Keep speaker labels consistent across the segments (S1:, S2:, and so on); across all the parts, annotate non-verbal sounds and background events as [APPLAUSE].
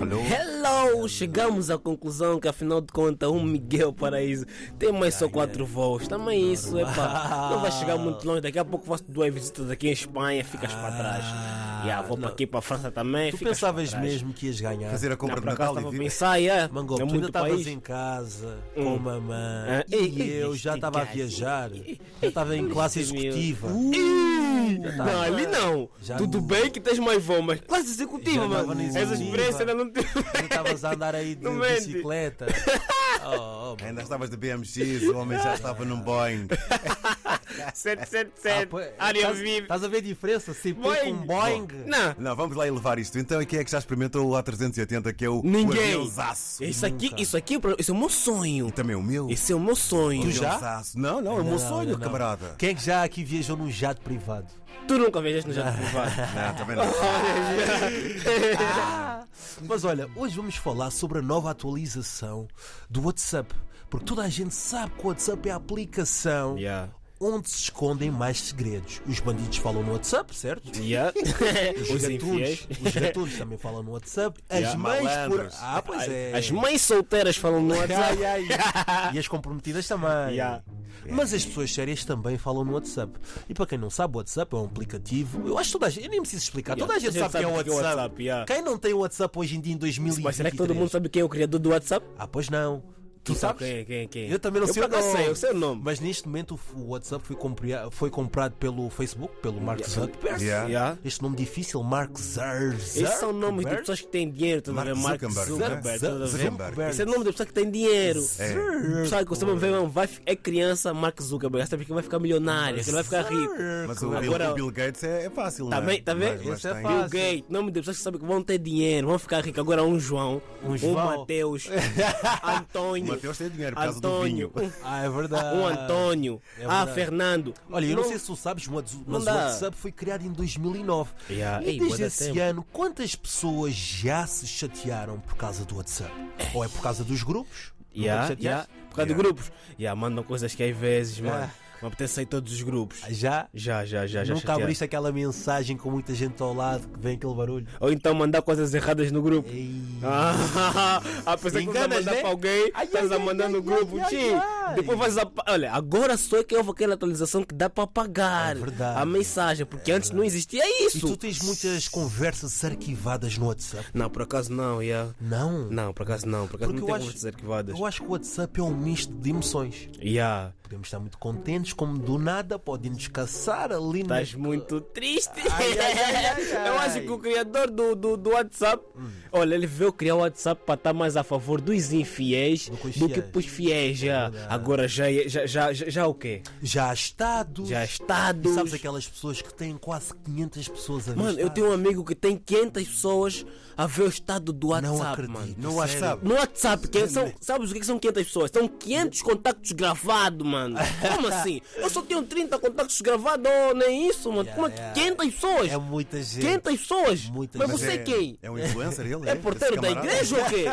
S1: Alô?
S2: Hello! Chegamos à conclusão que afinal de contas um Miguel Paraíso tem mais só quatro voos. Também isso, epá. Não vai chegar muito longe. Daqui a pouco faço duas visitas aqui em Espanha, ficas para trás.
S3: Ah,
S2: Yeah, vou para
S3: não.
S2: aqui para a França também.
S3: Tu
S2: ficas
S3: pensavas
S2: pra trás.
S3: mesmo que ias ganhar.
S1: Fazer a compra
S2: Não,
S1: de
S2: por acaso estava
S1: Natal
S2: a
S1: e vir.
S2: pensar, yeah,
S3: Mango,
S2: é
S3: tu ainda assim.
S2: muito
S3: estavas
S2: país. Hum.
S3: em casa com a mamãe
S2: Ah,
S3: e,
S2: e-
S3: eu
S2: este
S3: já estava a
S2: gajo. [LAUGHS]
S3: viajar. Eu estava em classe
S2: Este miúdo. Uh!
S3: executiva.
S2: Ih, Não,
S3: tava-
S2: ali não.
S3: Já
S2: Tudo
S3: não-
S2: bem que tens mais voo, mas classe executiva,
S3: Já tava
S2: mano.
S3: na
S2: Essa
S3: executiva.
S2: experiência ainda [LAUGHS] não tive.
S3: Tu estavas a
S2: [LAUGHS]
S3: andar aí de
S2: Não mente. [LAUGHS]
S3: bicicleta. Oh, oh,
S1: Ainda estavas de BMX, o homem já estava num Boeing.
S3: Ah,
S2: 777,
S3: é,
S2: área VIP.
S3: Estás a ver a diferença? Se põe
S2: Boeing.
S3: um Boeing.
S2: Não,
S1: Não, vamos lá elevar isto. Então, e quem é que já experimentou o A380, que é o
S2: Ninguém.
S1: o aviãozaço?
S2: isso aqui, isso aqui é pra- isso é o meu sonho.
S1: Também o meu.
S2: Esse é o meu sonho.
S1: O
S3: Tu já?
S1: aviãozaço. Não, não, é o meu
S3: Não,
S1: sonho,
S3: não, não.
S1: camarada.
S3: Quem é que já aqui viajou num jato privado?
S2: Tu nunca viajaste no jato privado.
S1: Não,
S2: [LAUGHS]
S1: também não.
S3: Mas olha, hoje vamos falar sobre a nova atualização do WhatsApp. Porque toda a gente sabe que o WhatsApp é a aplicação
S2: [LAUGHS] Yeah.
S3: onde se escondem mais segredos. Os bandidos falam no WhatsApp, certo?
S2: Yeah. Os
S3: gatunos,
S1: é
S2: infiéis. [LAUGHS]
S3: os gatunos também falam no WhatsApp. As
S2: Yeah,
S3: mães
S1: malandros.
S3: por. Ah, pois é.
S2: As mães solteiras falam no
S3: Ai,
S2: WhatsApp.
S3: ai, ai. E as comprometidas também. É.
S2: Yeah.
S3: Mas as pessoas sérias também falam no WhatsApp. E para quem não sabe, o WhatsApp é um aplicativo. Eu acho que toda a gente. Eu nem preciso explicar. Toda a gente sabe, quem é o
S2: o que é o
S3: WhatsApp.
S2: WhatsApp, yeah.
S3: Quem não tem o WhatsApp hoje em dia em
S2: [LAUGHS]
S3: 2023?
S2: Mas será que todo mundo sabe quem é o criador do WhatsApp?
S3: Ah, pois não. Tu sabes?
S2: Quem, é, quem, quem?
S3: Eu também não sei o
S2: por acaso
S3: nome.
S2: sei, eu sei o nome.
S3: Mas neste momento o f- o WhatsApp foi, compria- foi comprado pelo Facebook, pelo Mark Zuckerberg.
S1: Yeah.
S2: Yeah.
S3: Este nome difícil, Mark Zuckerberg.
S2: Esses são nomes de pessoas que têm dinheiro, estás a ver? Mark
S1: Mark Zuckerberg,
S2: Zuckerberg,
S1: né?
S2: estás a ver?
S1: Zuckerberg.
S2: Esse é o nome de pessoa que tem dinheiro.
S1: É.
S2: Sabe que você vai ver, mano, vai, fi- é criança, Mark Zuckerberg, sabe que vai ficar milionário, que ele vai ficar rico.
S1: Mas o Bill,
S2: Agora-
S1: o Bill Gates é, é fácil,
S2: Tá
S1: não é?
S2: bem, tá bem?
S1: Mas- mas
S3: Esse é
S1: tem-
S3: fácil.
S2: Bill Gates, nome de pessoas que sabem que vão ter dinheiro, vão ficar ricos. Agora um João, um,
S3: João.
S2: Mateus, Antônio,
S1: O Mateus tem dinheiro por causa do
S2: Antônio,
S1: vinho.
S3: Ah, é verdade.
S2: um Antônio, ah,
S3: É verdade.
S2: Fernando.
S3: Olha, eu não, sei se tu sabes, mas, o- mas o
S2: dá.
S3: WhatsApp foi criado em 2009.
S2: Yeah,
S3: E
S2: ei, bué
S3: desde
S2: da
S3: esse
S2: tempo.
S3: ano, quantas pessoas já se chatearam por causa do WhatsApp? Ou é por causa dos grupos?
S2: Yeah,
S3: Nunca te
S2: yeah,
S3: chateaste?
S2: por causa de grupos. Yeah, mandam coisas que às vezes, mano,
S3: É.
S2: vão apetece sair todos os grupos.
S3: Já?
S2: Já, já, já, já.
S3: Nunca
S2: chateado.
S3: abriste aquela mensagem com muita gente ao lado que vem aquele barulho?
S2: Ou então mandar coisas erradas no grupo.
S3: Ei.
S2: Ah, [LAUGHS] a pessoa que
S3: É. Enganas,
S2: vai mandar
S3: né?
S2: para alguém,
S3: Ai,
S2: estás
S3: ai,
S2: a
S3: ai,
S2: mandar no
S3: ai,
S2: grupo,
S3: ai,
S2: tchim.
S3: ai.
S2: Depois vais a. pa- Olha, agora só é que houve aquela atualização que dá para apagar
S3: É verdade. É
S2: a mensagem, porque antes não existia
S3: E tu
S2: isso.
S3: tens muitas conversas arquivadas no WhatsApp?
S2: Não, por acaso não, yeah.
S3: Não.
S2: Não, por acaso não, por acaso não
S3: Porque eu
S2: tem
S3: acho-
S2: conversas arquivadas.
S3: Eu acho que o WhatsApp é um misto de emoções.
S2: Yeah.
S3: Podemos estar muito contentes, como do nada, podem-nos caçar ali na-
S2: Estás muito triste.
S3: Ai, ai, ai, ai, ai.
S2: [LAUGHS]
S3: Hum.
S2: Eu acho que o criador do, do, do WhatsApp, olha, ele veio criar o WhatsApp para estar mais a favor dos infiéis do
S3: que os
S2: que,
S3: fiéis. É
S2: para os fiéis. Já. Agora já, já, já, já, já o quê?
S3: Já há estados.
S2: Já
S3: E
S2: estados.
S3: sabes aquelas pessoas que têm quase 500 pessoas a ver
S2: Mano, eu
S3: estados?
S2: tenho um amigo que tem 500 pessoas a ver o estado do
S3: Não
S2: WhatsApp,
S3: acredito.
S2: mano.
S1: No
S3: sério.
S1: WhatsApp.
S2: No WhatsApp, que são, sabes o que que são 500 pessoas? São 500 contactos gravados,
S3: [LAUGHS]
S2: mano. Como assim? Eu só tenho 30 contactos gravados, oh, nem isso, mano. Como é que
S3: yeah.
S2: 500 pessoas?
S3: É muita gente.
S2: 500 pessoas?
S3: Muita
S2: Mas
S3: gente.
S2: você
S1: é,
S2: quem?
S1: É um influencer, ele?
S2: [LAUGHS] É porteiro
S1: esse
S2: da
S1: camarada?
S2: igreja ou quê?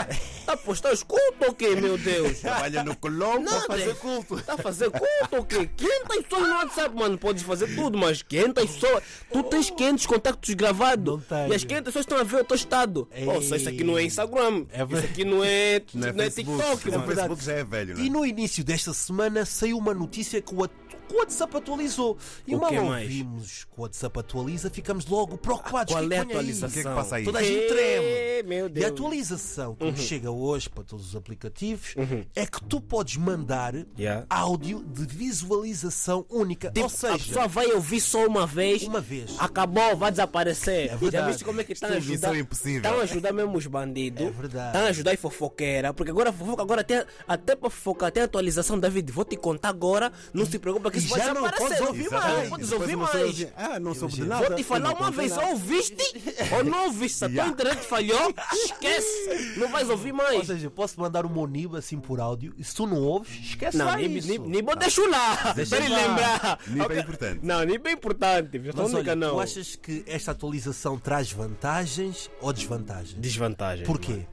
S2: Tá a postar os cultos ou quê, meu Deus?
S1: Trabalha no Colombo para
S2: Nada.
S1: fazer culto.
S2: Tá a fazer culto ou quê? 500 pessoas no WhatsApp, mano. Podes fazer tudo, mas 500 pessoas. Tu tens 500 contactos
S3: Não
S2: gravados.
S3: tenho.
S2: E as 500 pessoas estão a ver o teu estado.
S3: Ei.
S2: Oh, só isso aqui não é Instagram.
S3: É ver-
S2: isso aqui não é,
S1: Não é,
S2: não é
S1: Facebook.
S2: TikTok,
S1: o
S2: mano.
S3: verdade.
S1: Facebook já é velho,
S3: E
S1: né?
S3: no início desta semana saiu uma notícia que o at- que o WhatsApp atualizou. E
S2: O
S3: mal
S2: que mais?
S3: ouvimos que o WhatsApp atualiza, ficamos logo preocupados.
S2: Qual
S3: que
S2: é a
S3: põe aí?
S2: atualização?
S1: O que é que passa aí?
S3: Toda a gente treme.
S2: Ei, Meu
S3: E a
S2: Deus. Uhum.
S3: atualização que nos chega hoje para todos os aplicativos é que tu podes mandar
S2: Yeah. Tipo,
S3: áudio de visualização única. Ou
S2: A pessoa
S3: seja,
S2: vai ouvir só uma vez.
S3: uma vez.
S2: Acabou, vai desaparecer. Já
S3: verdade.
S2: viste como é que estão a
S1: é missão
S2: ajudar?
S1: impossível.
S2: Estão a ajudar mesmo os bandidos.
S3: É verdade.
S2: Estão a ajudar a fofoqueira. Porque agora a fofoca, agora até, até para fofocar, até a atualização, David, vou te contar agora. Não se preocupa que
S3: E
S2: isso vai
S3: já não
S2: desaparecer.
S3: podes
S2: Não
S3: ouvir
S2: ouvi
S3: mais.
S2: mais. Não podes
S1: Exatamente. Depois
S2: ouvir
S1: uma
S2: mais.
S1: pessoa diz, Ah, não soube de nada.
S2: Vou te falar uma vez, ou
S3: [LAUGHS]
S2: ouviste ou não ouviste, se a tua
S1: Yeah.
S2: internet falhou, esquece, não vais ouvir
S3: Ou
S2: mais.
S3: seja, posso mandar o meu Niba assim por áudio e se tu não ouves, esquece
S2: Não,
S3: lá
S2: nem,
S3: isso. Tá.
S2: nem, nem vou deixar lá,
S3: Deixa
S2: para ele
S3: lá.
S2: lembrar.
S1: Nem bem
S2: Ok.
S1: importante.
S2: Não, nem bem importante,
S3: Mas
S2: única
S3: olha,
S2: Então não.
S3: tu achas que esta atualização traz vantagens ou desvantagens?
S2: Desvantagem.
S3: Porquê?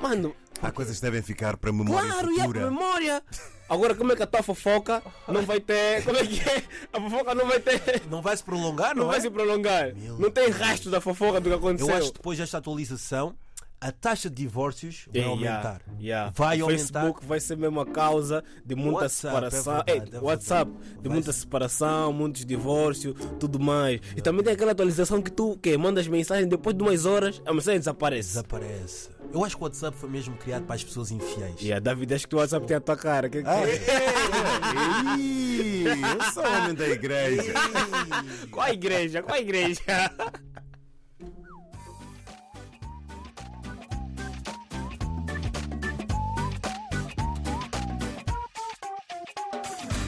S2: Mano,
S1: Há coisas que devem ficar para memória
S2: Claro, e é a
S1: futura.
S2: memória. Agora, como é que a tua fofoca não vai ter. Como é que é? A fofoca não vai ter.
S3: Não vai se prolongar, não,
S2: Não vai
S3: é?
S2: se prolongar. Não tem rastro da fofoca do que
S3: Eu
S2: aconteceu.
S3: acho que depois desta atualização a taxa de divórcios vai
S2: É,
S3: aumentar.
S2: yeah, yeah.
S3: Vai
S2: O
S3: aumentar.
S2: Facebook vai ser mesmo a causa de muita
S3: WhatsApp, é
S2: separação.
S3: verdade, é
S2: Ei,
S3: verdade.
S2: WhatsApp, de
S3: Vai
S2: muita
S3: ser.
S2: separação, muitos divórcios, tudo mais. E também tem aquela atualização que tu que mandas mensagem depois de umas horas, a mensagem desaparece.
S3: Desaparece. Eu acho que o WhatsApp foi mesmo criado para as pessoas infiéis.
S2: Yeah, David, acho que o WhatsApp tem a tua cara. Que, que...
S1: Ei, eu sou homem da igreja.
S2: Qual a igreja? Qual a igreja?